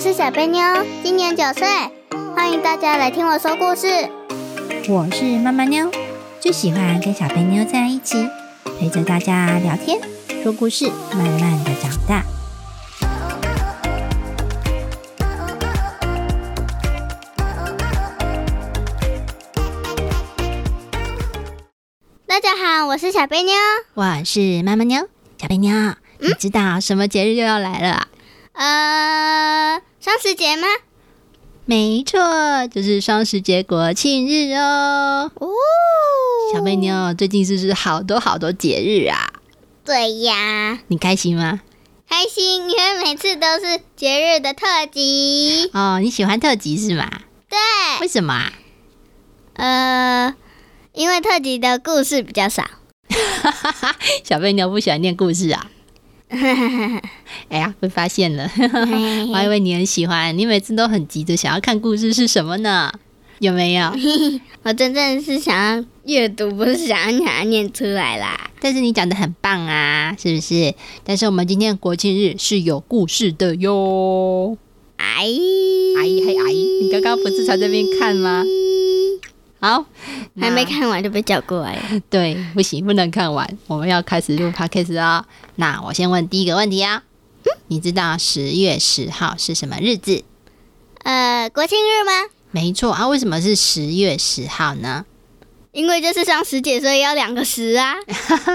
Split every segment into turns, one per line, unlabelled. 是小贝妞，今年九岁，欢迎大家来听我说故事。
我是妈妈妞，最喜欢跟小贝妞在一起，陪着大家聊天、说故事，慢慢的长大。
大家好，我是小贝妞。
我是妈妈妞，小贝妞，你知道什么节日又要来了啊？
呃，双十节吗？
没错，就是双十节国庆日哦。
哦，
小贝妞，最近是不是好多好多节日啊？
对呀，
你开心吗？
开心，因为每次都是节日的特辑。
哦，你喜欢特辑是吗？
对，
为什么啊？
呃，因为特辑的故事比较少。
小贝妞不喜欢念故事啊？哎呀，被发现了！ 我还以为你很喜欢，你每次都很急着想要看故事是什么呢？有没有？
我真正是想要阅读，不是想要把它念出来啦。
但是你讲的很棒啊，是不是？但是我们今天的国庆日是有故事的哟。
哎，
阿姨嘿，阿姨，你刚刚不是在这边看吗？好，
哎还没
那
看完就被叫过哎来了。
对，不行，不能看完，我们要开始录 podcast 啊。那我先问第一个问题啊，你知道十月十号是什么日子？
呃，国庆日吗？
没错啊，为什么是十月十号呢？
因为就是双十节，所以要两个十 啊。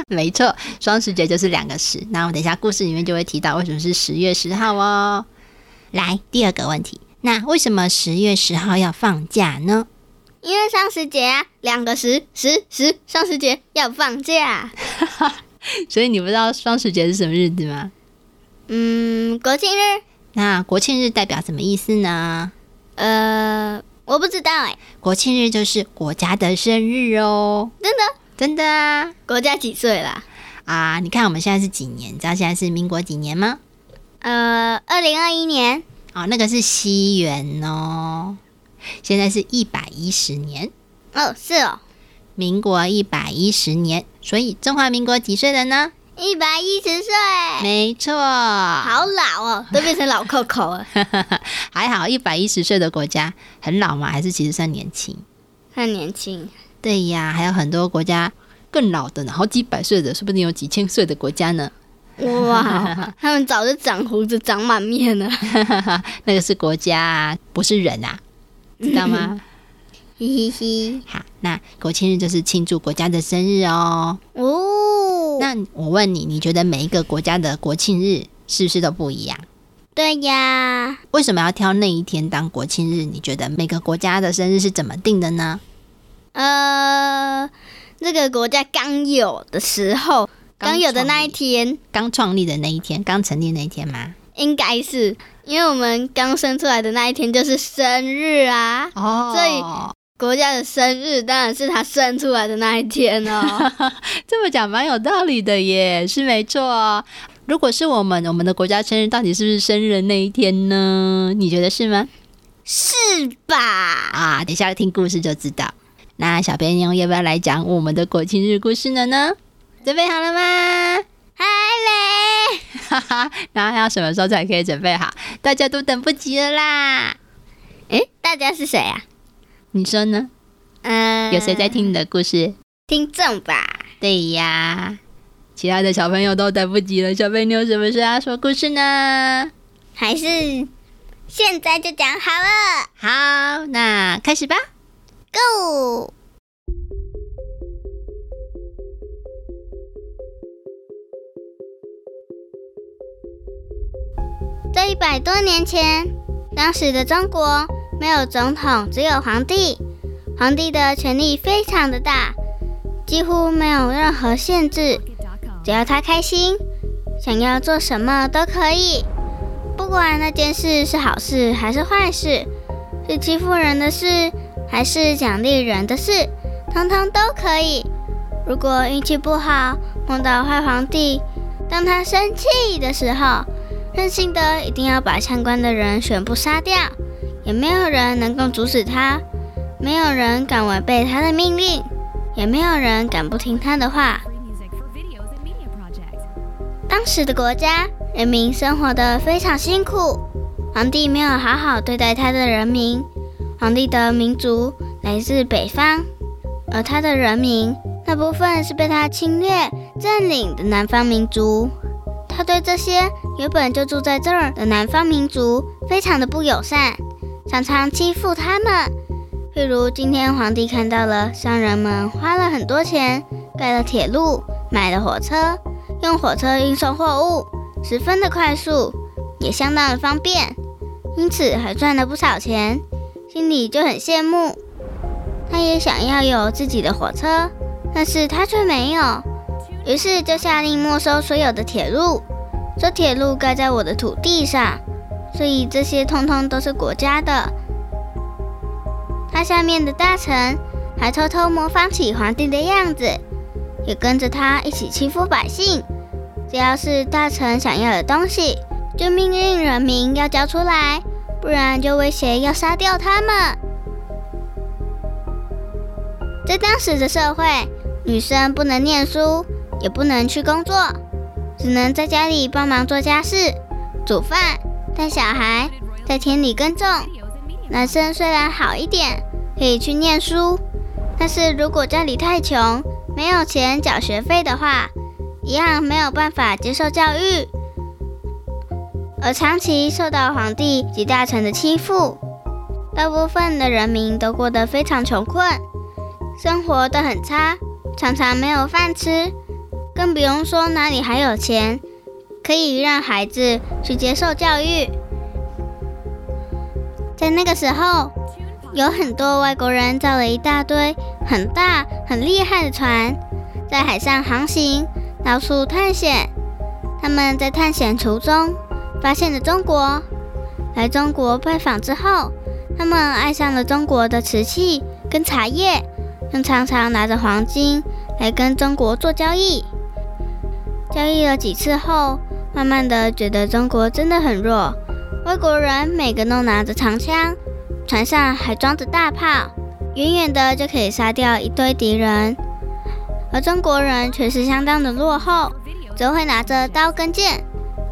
没错，双十节就是两个十。那我等一下故事里面就会提到为什么是十月十号哦。来，第二个问题，那为什么十月十号要放假呢？
因为双十节啊，两个十十十，双十节要放假。
所以你不知道双十节是什么日子吗？
嗯，国庆日，
那国庆日代表什么意思呢？
呃，我不知道哎、
国庆日就是国家的生日哦，
真的，
真的啊！
国家几岁啦？
啊，你看我们现在是几年？你知道现在是民国几年吗？
呃，二零二一年，
哦，那个是西元哦，现在是一百一十年，
哦，是哦，
民国一百一十年，所以中华民国几岁了呢？
一百一十岁，
没错，
好老哦，都变成老扣扣 了，
还好一百一十岁的国家很老吗？还是其实算年轻？
很年轻。
对呀，还有很多国家更老的呢，好几百岁的，说不定有几千岁的国家呢。
哇，他们早就长胡子，长满面了。
那个是国家啊，不是人啊，知道吗？
嘻嘻嘻，
好，那国庆日就是庆祝国家的生日哦。
哦，
那我问你，你觉得每一个国家的国庆日是不是都不一样？
对呀，
为什么要挑那一天当国庆日？你觉得每个国家的生日是怎么定的呢？
呃，这个国家刚有的时候，刚有的那一
刚创立
天，
刚创立的那一天，刚成立那一天吗？
应该是因为我们刚生出来的那一天就是生日啊，
哦
所以国家的生日当然是他生出来的那一天 哦。
这么讲蛮有道理的耶，是没错哦。如果是我们我们的国家生日，到底是不是生日的那一天呢？你觉得是吗？
是吧？
啊，等一下听故事就知道。那小朋友要不要来讲我们的国庆日故事了呢？准备好了吗？
还没，
哈哈，然后要什么时候才可以准备好？大家都等不及了啦！
诶，大家是谁啊？
你说呢？
嗯，
有谁在听你的故事？
听众吧？
对呀，其他的小朋友都等不及了。小贝妞什么时候要说故事呢？
还是现在就讲好了
好，那开始吧。
，Go！在一百多年前，当时的中国没有总统，只有皇帝。皇帝的权力非常的大，几乎没有任何限制，只要他开心，想要做什么都可以。不管那件事是好事还是坏事，是欺负人的事还是奖励人的事，通通都可以。如果运气不好，碰到坏皇帝，当他生气的时候，任性的一定要把相关的人全部杀掉，也没有人能够阻止他，没有人敢违背他的命令，也没有人敢不听他的话。当时的国家人民生活的非常辛苦，皇帝没有好好对待他的人民。皇帝的民族来自北方，而他的人民那部分是被他侵略占领的南方民族。他对这些原本就住在这儿的南方民族非常的不友善，常常欺负他们。譬如今天皇帝看到了商人们花了很多钱盖了铁路，买了火车，用火车运送货物，十分的快速，也相当的方便，因此还赚了不少钱，心里就很羡慕。他也想要有自己的火车，但是他却没有，于是就下令没收所有的铁路，说铁路盖在我的土地上，所以这些通通都是国家的。他下面的大臣还偷偷模仿起皇帝的样子，也跟着他一起欺负百姓。只要是大臣想要的东西，就命令人民要交出来，不然就威胁要杀掉他们。在当时的社会，女生不能念书，也不能去工作，只能在家里帮忙做家事、煮饭、带小孩、在田里耕种。男生虽然好一点，可以去念书，但是如果家里太穷，没有钱缴学费的话，一样没有办法接受教育，而长期受到皇帝及大臣的欺负，大部分的人民都过得非常穷困，生活的很差，常常没有饭吃，更不用说哪里还有钱可以让孩子去接受教育。在那个时候，有很多外国人造了一大堆很大、很厉害的船，在海上航行，到处探险。他们在探险途中发现了中国，来中国拜访之后，他们爱上了中国的瓷器跟茶叶，更常常拿着黄金来跟中国做交易。交易了几次后，慢慢的觉得中国真的很弱。外国人每个都拿着长枪，船上还装着大炮，远远的就可以杀掉一堆敌人。而中国人却是相当的落后，只会拿着刀跟剑，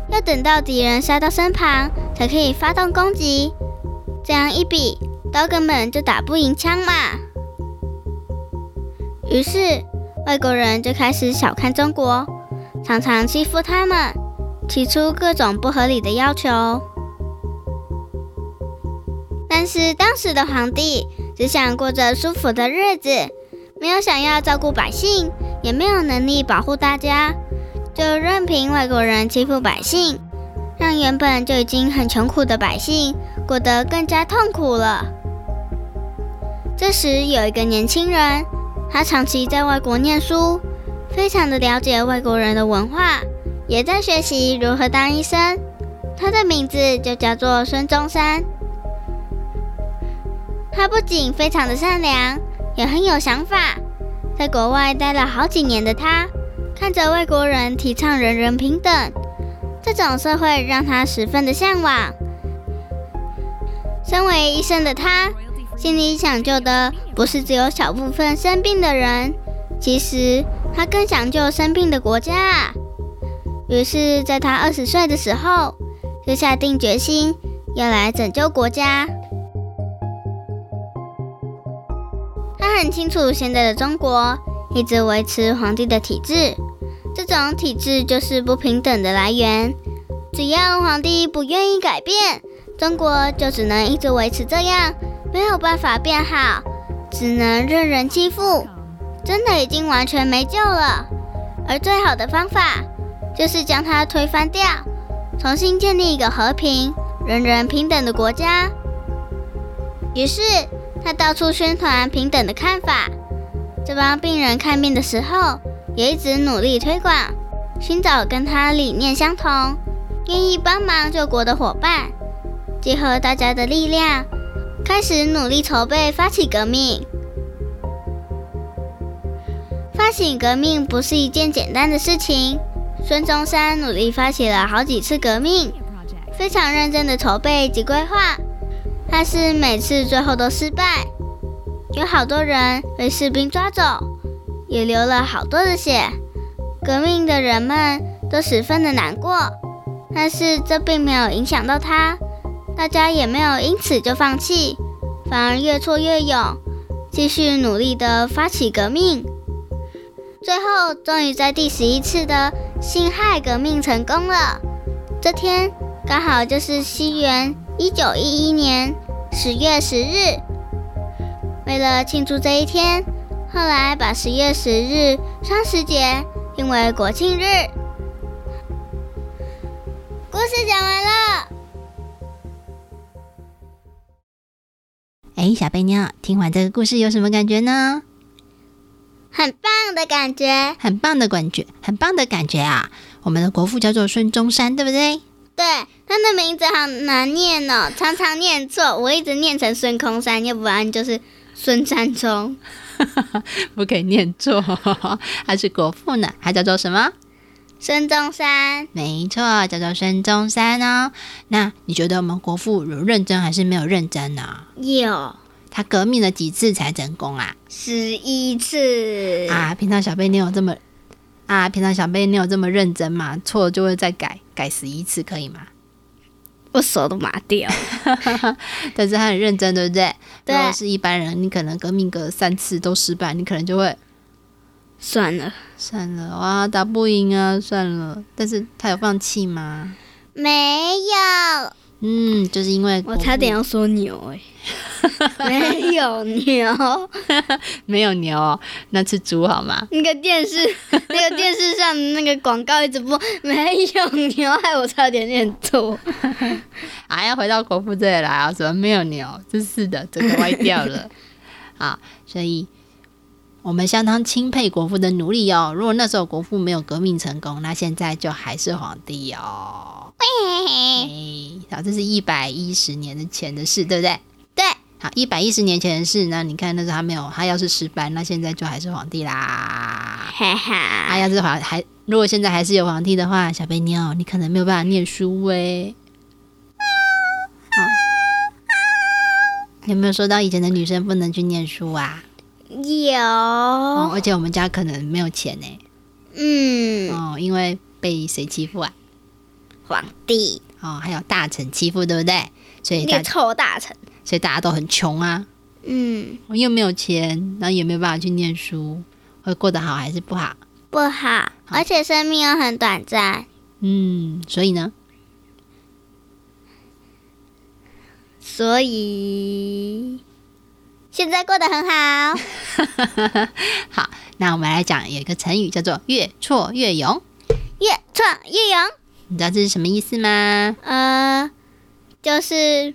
要等到敌人杀到身旁才可以发动攻击。这样一比，刀根本就打不赢枪嘛。于是外国人就开始小看中国，常常欺负他们，提出各种不合理的要求。但是当时的皇帝只想过着舒服的日子，没有想要照顾百姓，也没有能力保护大家，就任凭外国人欺负百姓，让原本就已经很穷苦的百姓过得更加痛苦了。这时有一个年轻人，他长期在外国念书，非常的了解外国人的文化，也在学习如何当医生。他的名字就叫做孙中山。他不仅非常的善良，也很有想法。在国外待了好几年的他，看着外国人提倡人人平等，这种社会让他十分的向往。身为医生的他，心里想救的不是只有小部分生病的人，其实他更想救生病的国家。于是，在他二十岁的时候，就下定决心要来拯救国家。他很清楚，现在的中国一直维持皇帝的体制，这种体制就是不平等的来源。只要皇帝不愿意改变，中国就只能一直维持这样，没有办法变好，只能任人欺负，真的已经完全没救了。而最好的方法就是将它推翻掉，重新建立一个和平、人人平等的国家。于是。他到处宣传平等的看法，这帮病人看病的时候也一直努力推广，寻找跟他理念相同、愿意帮忙救国的伙伴，结合大家的力量，开始努力筹备发起革命。发起革命不是一件简单的事情，孙中山努力发起了好几次革命，非常认真的筹备及规划。但是每次最后都失败，有好多人被士兵抓走，也流了好多的血。革命的人们都十分的难过，但是这并没有影响到他，大家也没有因此就放弃，反而越挫越勇，继续努力的发起革命。最后，终于在第十一次的辛亥革命成功了。这天刚好就是西元一九一一年十月十日。为了庆祝这一天，后来把十月十日双十节定为国庆日。故事讲完了。
哎，小贝妞，听完这个故事有什么感觉呢？
很棒的感觉。
很棒的感觉，很棒的感觉啊！我们的国父叫做孙中山，对不对？
对，他的名字好难念哦，常常念错，我一直念成孙空山，要不然就是孙山中。
不可以念错， 他是国父呢，他叫做什么？
孙中山
没错，叫做孙中山哦。那你觉得我们国父有认真还是没有认真呢？
有
他革命了几次才成功啊？
十一次
啊，平常小贝你有这么啊，平常小贝你有这么认真吗？错了就会再改，改十一次可以吗？
我手都麻掉。
但是他很认真，对不对？
对
如果是一般人，你可能革命个三次都失败，你可能就会
算了，
算了哇，打不赢啊，算了。但是他有放弃吗？
没有，
嗯，就是因为
我差点
国
要说牛 哎、没有牛。
父没有牛、哦，那吃猪好吗？
那个电视， 那个电视上的那个广告一直播，没有牛，害我差点念错。
啊，要回到国父这里来啊，怎么没有牛？真是的，整个歪掉了。啊，所以我们相当钦佩国父的努力哦。如果那时候国父没有革命成功，那现在就还是皇帝哦。哎，好，这是一百一十年的前的事，对不对？
对，
好，一百一十年前的事，那你看那时候他没有，他要是失败，那现在就还是皇帝啦。
哈哈。
啊，要是皇还如果现在还是有皇帝的话，小贝妞，你可能没有办法念书诶。
哦
好有没有说到以前的女生不能去念书啊？
有，
哦，而且我们家可能没有钱呢。
嗯，
哦，因为被谁欺负啊？
皇帝，
哦，还有大臣欺负，对不对？所以
那
大
个臭大臣，
所以大家都很穷啊，
嗯，
我又没有钱，然后也没有办法去念书，会过得好还是不好？
不好，而且生命又很短暂，
嗯，所以呢，
所以现在过得很 好。
好，那我们来讲有一个成语叫做“越挫越勇”。
越挫越勇，
你知道这是什么意思吗？
呃，就是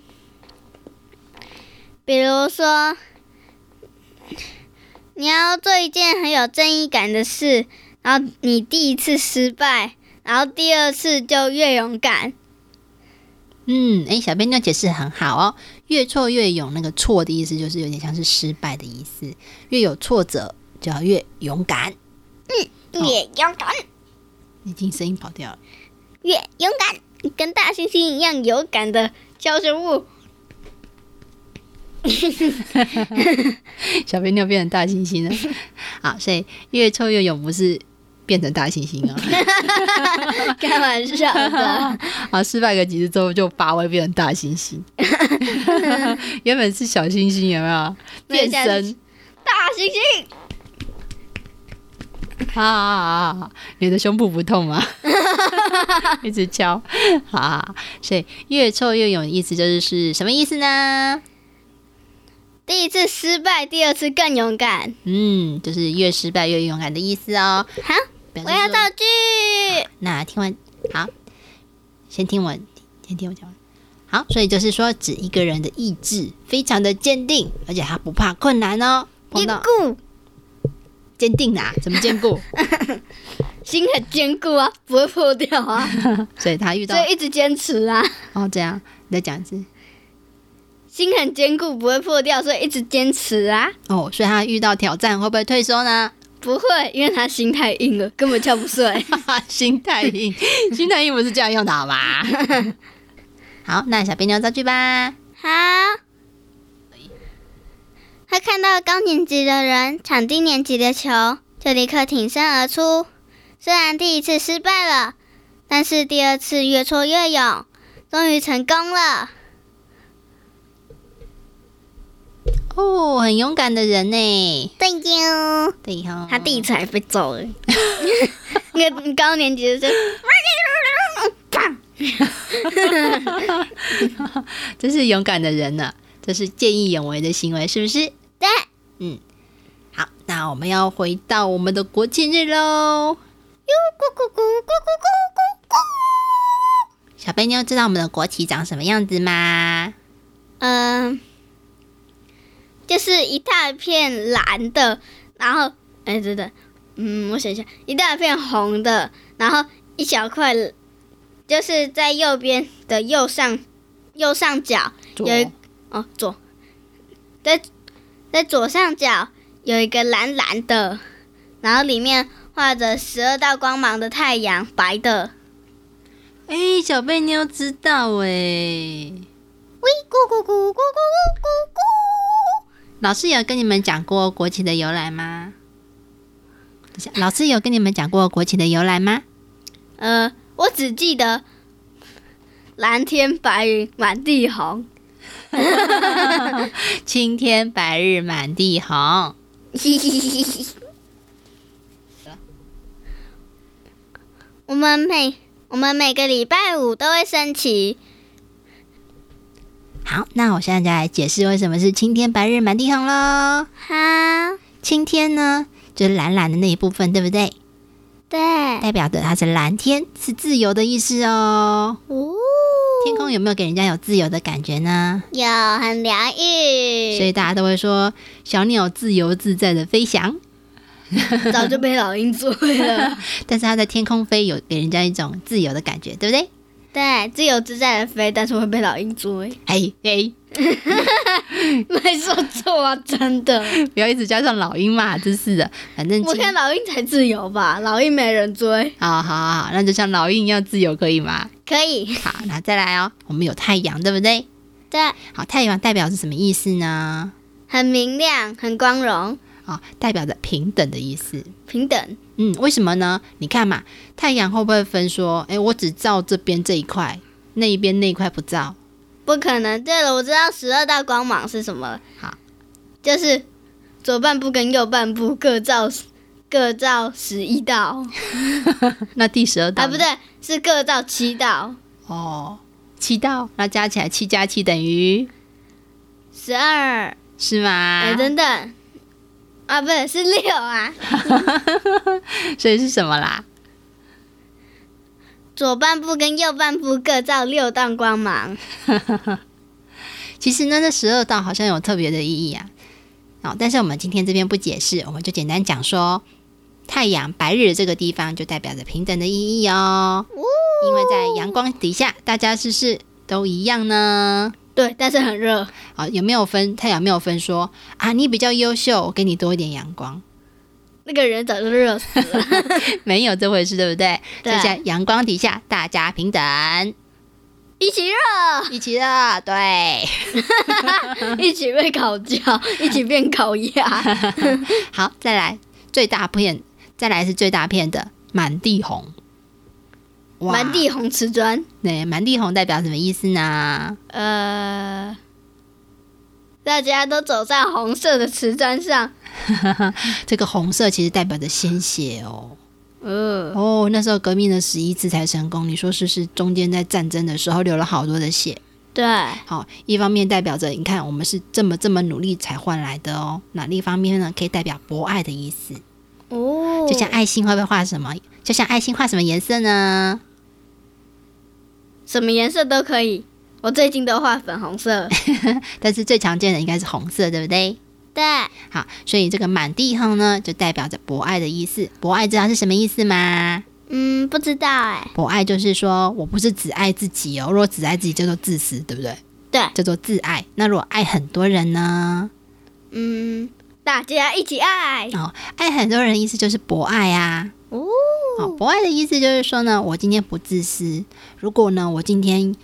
比如说，你要做一件很有正义感的事，然后你第一次失败，然后第二次就越勇敢。
嗯，哎，小编妞解释得很好哦。越挫越勇，那个“挫”的意思就是有点像是失败的意思。越有挫折，就要越勇敢。哦
越勇敢，
已经声音跑掉了。
越勇敢，跟大猩猩一样勇敢的教学物。
小编妞变成大猩猩了。好，所以越挫越勇不是变成大猩猩哦。
开玩笑的，
好，失败个几次之后就发威变成大猩猩。 原本是小猩猩，有没有 变
变成
身？
大猩猩，
啊啊啊！啊你的胸部不痛吗？ 一直敲，好好，好所以越臭越勇，意思就是是什么意思呢？
第一次失败，第二次更勇敢。
嗯，就是越失败越勇敢的意思哦。
好，
表示
我要
说
道具。
那听完好，先听我先听我讲完。好，所以就是说，指一个人的意志非常的坚定，而且他不怕困难哦。碰
坚
到
固，
坚定啊，怎么坚固？
心很坚固啊，不会破掉啊，
所以他遇到
所以一直坚持啊。
哦这样，你再讲一次
心很坚固，不会破掉，所以一直坚持啊，
哦。所以他遇到挑战会不会退缩呢？
不会，因为他心太硬了，根本敲不碎。
心态硬，心态硬不是这样用的好吗？ 好，那小编妞造句吧。
好，他看到高年级的人抢低年级的球，就立刻挺身而出。虽然第一次失败了，但是第二次越挫越勇，终于成功了。
哦，很勇敢的人呢。
Thank you。
对哦哈、
他第一次还被揍了， 那个高年级的就 砰，
真是勇敢的人呢、这是见义勇为的行为，是不是？
对，
嗯，好，那我们要回到我们的国庆日喽。
咕咕咕咕咕咕咕咕。
小贝妞知道我们的国旗长什么样子吗？
嗯、就是一大片蓝的，然后哎，对的，嗯，我想一下，一大片红的，然后一小块，就是在右边的右上右上角有一哦左，在在左上角有一个蓝蓝的，然后里面画着十二道光芒的太阳，白的。
哎、小贝妞知道哎。
喂，咕咕咕咕咕咕咕咕。
老师有跟你们讲过国旗的由来吗？等一下老师有跟你们讲过国旗的由来吗？
呃，我只记得蓝天白云满地红，
青天白日满地红。
我们每我们每个礼拜五都会升旗，
好，那我现在就来解释为什么是青天白日满地红喽。
哈，
青天呢，就是蓝蓝的那一部分，对不对？
对，
代表的它是蓝天，是自由的意思哦。
哦，
天空有没有给人家有自由的感觉呢？
有很疗
所
愈，
以大家都会说小鸟自由自在的飞翔，
早就被老鹰追了。
但是它在天空飞有给人家一种自由的感觉，对不对？
对，自由自在的飞，但是会被老鹰追。
哎哎，
没说错啊，真的。
不要一直加上老鹰嘛，真是的。反正
我
青
看老鹰才自由吧，老鹰没人追，
好好好好，那就像老鹰一样自由，可以吗？
可以。
好，那再来哦，我们有太阳，对不对？
对，
好，太阳代表是什么意思呢？
很明亮，很光荣，
啊、代表着平等的意思。
平等。
嗯，为什么呢？你看嘛，太阳会不会分说？诶，我只照这边这一块，那一边那一块 不照。
不可能。对了，我知道十二道光芒是什么了。
好，
就是左半部跟右半部各照各照十一道，
那第十二道
啊，
呢
不对，是各照七道，
哦，七道，那加起来七加七等于
十二。
是吗？
哎，等等，啊，不对，是六啊。
所以是什么啦？
左半部跟右半部各照六道光芒。
其实呢，这十二道好像有特别的意义啊。哦，但是我们今天这边不解释，我们就简单讲说，太阳白日这个地方就代表着平等的意义哦。因为在阳光底下，大家是不是都一样呢？
对，但是很热。
啊，有没有分太阳没有分说啊？你比较优秀，我给你多一点阳光，
那个人早就热死了。
没有这回事，对不对？
对啊
就在阳光底下，大家平等，
一 起热，
一起的，对。
一起被烤焦，一起变烤鸭。
好，再来最大片，再来是最大片的满地红。哇
满地红瓷砖。
对，满地红代表什么意思呢？
呃，大家都走在红色的瓷砖上。
这个红色其实代表着鲜血哦。
呃，
哦，那时候革命的十一次才成功，你说是不是？中间在战争的时候流了好多的血。
对，
好、一方面代表着你看我们是这么这么努力才换来的哦。那另一方面呢，可以代表博爱的意思。
哦
就像爱心会不会画什么？就像爱心画什么颜色呢？
什么颜色都可以。我最近都画粉红色。
但是最常见的应该是红色，对不对？
对，
好，所以这个满地红呢，就代表着博爱的意思。博爱知道是什么意思吗？
嗯，不知道哎。
博爱就是说我不是只爱自己哦，如果只爱自己叫做自私，对不对？
对，
叫做自爱。那如果爱很多人呢？
嗯，大家一起爱。
哦，爱很多人意思就是博爱啊。
哦，
哦，博爱的意思就是说呢，我今天不自私。如果呢，我今天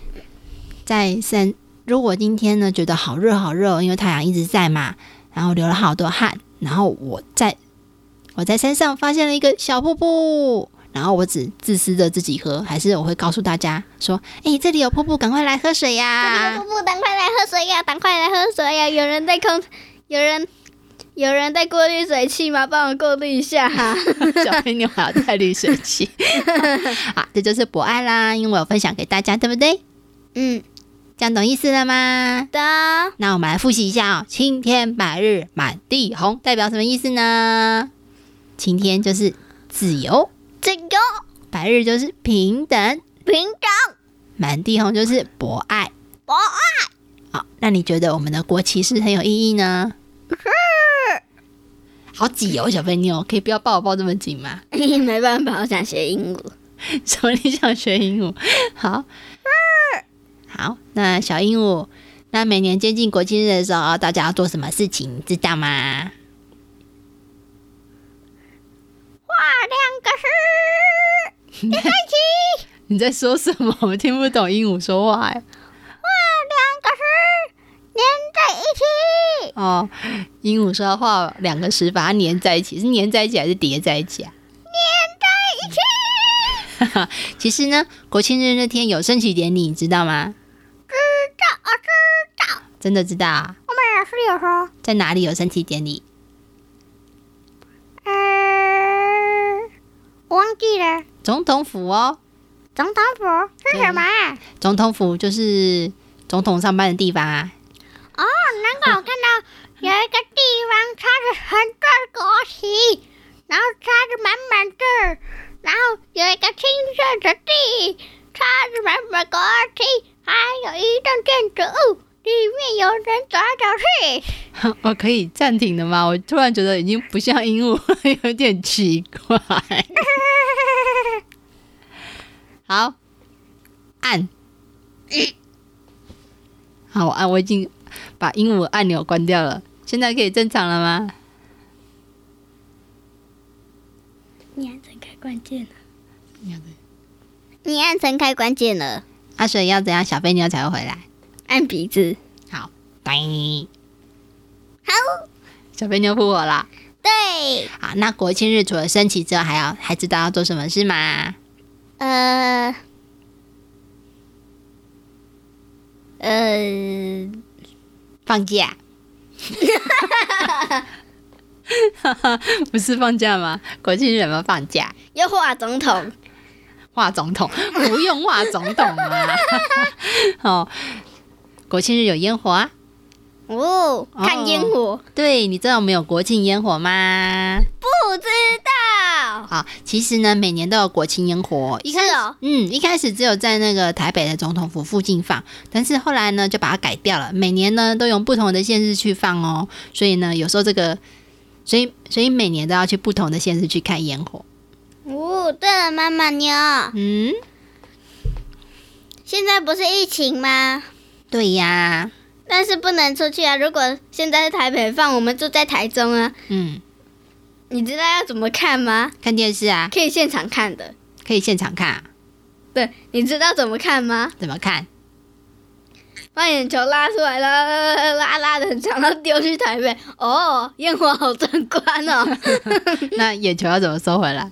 在三，如果今天呢觉得好热好热哦，因为太阳一直在嘛，然后流了好多汗，然后我在我在山上发现了一个小瀑布，然后我只自私的自己喝，还是我会告诉大家说，哎，这里
啊
有瀑布，赶快来喝水呀、
布布，赶快来喝水呀！赶快来喝水呀！有人在空，有人有人在过滤水器吗？帮我过滤一下哈。
小朋友还要带滤水 器。好，啊这就是博爱啦，因为我分享给大家，对不对？
嗯，
这样懂意思了吗？
的，
那我们来复习一下哦，青天白日满地红代表什么意思呢？晴天就是自由，
自由、
白日就是平等，
平 等、
满地红就是博爱。
博爱。
好，那你觉得我们的国旗是很有意义呢？是。好挤哦，小肥妞，可以不要抱我抱这么紧吗？
没办法，我想学鹦鹉。
什么？你想学鹦鹉？ 好。好，那小鹦鹉，那每年接近国庆日的时候，大家要做什么事情，你知道吗？
画两个诗，
你在说什么？我听不懂鹦鹉说话哎。
两个诗连在一起，
哦，鹦鹉说话两个十把它粘在一起，是粘在一起还是叠在一起啊？
在一起。
其实呢，国庆日那天有升旗典礼，你知道吗？
知道，我知道。
真的知道啊？
我们老师有说，
在哪里有升旗典礼？
呃，我忘记了。
总统府哦，
总统府是什么啊？
总统府就是总统上班的地方啊。
哦，难怪我看到有一个地方插着很多国旗，然后插着满满的，然后有一个青色的地，插着满满国旗，还有一栋建筑物，里面有人走来走去。
我哦可以暂停的吗？我突然觉得已经不像鹦鹉了， 有点奇怪。好，按。好，我按，我已经把鹦鹉按钮关掉了，现在可以正常了吗？
你按层开关键了。你按层开关键了，
阿水啊要怎样？小飞鸟才会回来？
按鼻子。
好，拜。
好，
小飞妞复活啦！
对，
好，那国庆日除了升旗之外，还要还知道要做什么事吗？
呃，呃，
放假。 不是放假吗？国庆日有没有放假？
又画总统。
画总统，不用画总统啊。 哦，国庆日有烟火啊？
哦，看烟火，
对，你知道我们有国庆烟火吗？
不知道。
好，其实呢，每年都有国庆烟火。一开始
是哦
嗯，一开始只有在那个台北的总统府附近放，但是后来呢，就把它改掉了。每年呢，都用不同的县市去放哦，所以呢，有时候这个，所以所以每年都要去不同的县市去看烟火。
哦，对了，妈妈牛，
嗯，
现在不是疫情吗？
对呀，
但是不能出去啊！如果现在是台北放，我们住在台中啊，
嗯，
你知道要怎么看吗？
看电视啊，
可以现场看的。
可以现场看、啊，
对，你知道怎么看吗？
怎么看？
把眼球拉出来，拉拉拉拉拉的很长，然后丢去台北。哦，烟火好壮观哦！
那眼球要怎么收回来？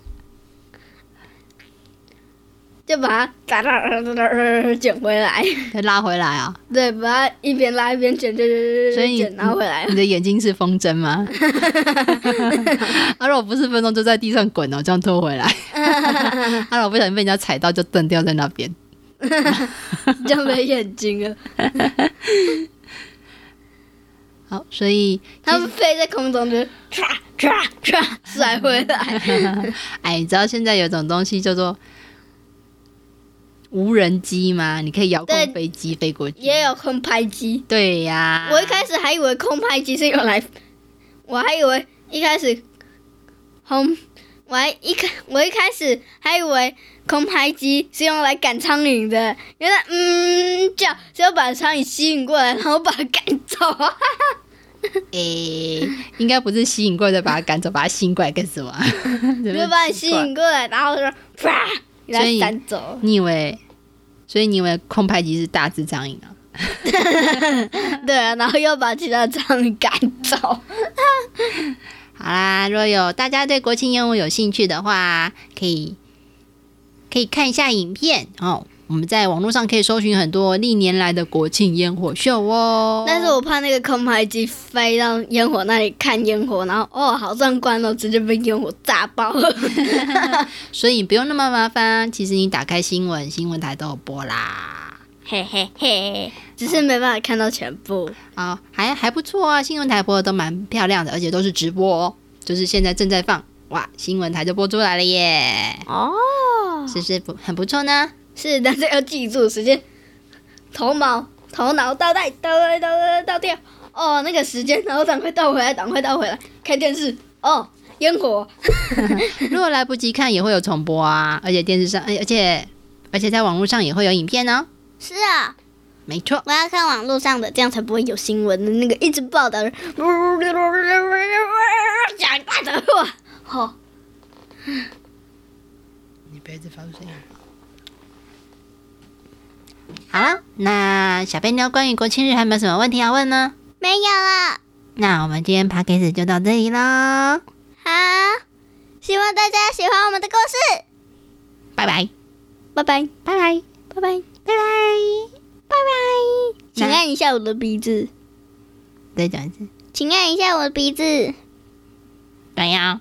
就把它哒哒哒哒哒卷回来，
再拉回来啊、
对，把它一边拉一边卷卷卷
所以
卷卷，
你
拿回来。
你的眼睛是风筝吗？ 啊，如果不是风筝，就在地上滚哦，这样拖回来。 啊，如果不小心被人家踩到，就蹬掉在那边。
就没眼睛了，
好，所以
它们飞在空中就唰唰唰甩回来。
哎，你知道现在有种东西叫做无人机吗？你可以遥控
对
飞机飞过去。
也有空拍机，
对呀、
我一开始还以为空拍机是用来，我还以为一开始空，我还一开我一开始还以为空拍机是用来赶苍蝇的，原来嗯叫是要把苍蝇吸引过来，然后把它赶走。啊
诶、应该不是吸引过来再把它赶走，把它吸引过来干什么？
没有把你吸引过来，然后说啪，给它
所以
闪走。
你以为？所以你以为空拍机是大只苍蝇啊？
对啊，然后又把其他苍蝇赶走。
哦好啦，若有大家对国庆烟火有兴趣的话，可以可以看一下影片哦。我们在网络上可以搜寻很多历年来的国庆烟火秀哦。
但是我怕那个空拍机飞到烟火那里看烟火，然后哦好壮观哦，直接被烟火炸爆了。
所以不用那么麻烦，其实你打开新闻，新闻台都有播啦。
嘿嘿嘿，
只是没办法看到全部。
啊、还还不错啊，新闻台播的都蛮漂亮的，而且都是直播哦，就是现在正在放，哇，新闻台就播出来了耶，
哦，
是不是不很不错呢？
是，但是要记住时间，头毛、头脑倒带，倒带倒带倒掉。哦，那个时间，然后赶快倒回来，赶快倒回来，看电视。哦，烟火，
如果来不及看，也会有重播啊，而且电视上，哎而且而且在网络上也会有影片哦，
是啊，
没错。
我要看网络上的，
这样才不会有新闻的那个一直报道，讲大的话。好，
你不要一直发出声音。好了，那小贝妞关于国庆日还有没有什么问题要问呢？
没有了。
那我们今天 p o d c a 就到这里啦，
好，希望大家喜欢我们的故事，
拜拜，
拜拜，
拜拜，
拜拜，
拜拜，
拜拜。
请按一下我的鼻子。
再讲一次，
请按一下我的鼻子。
对呀、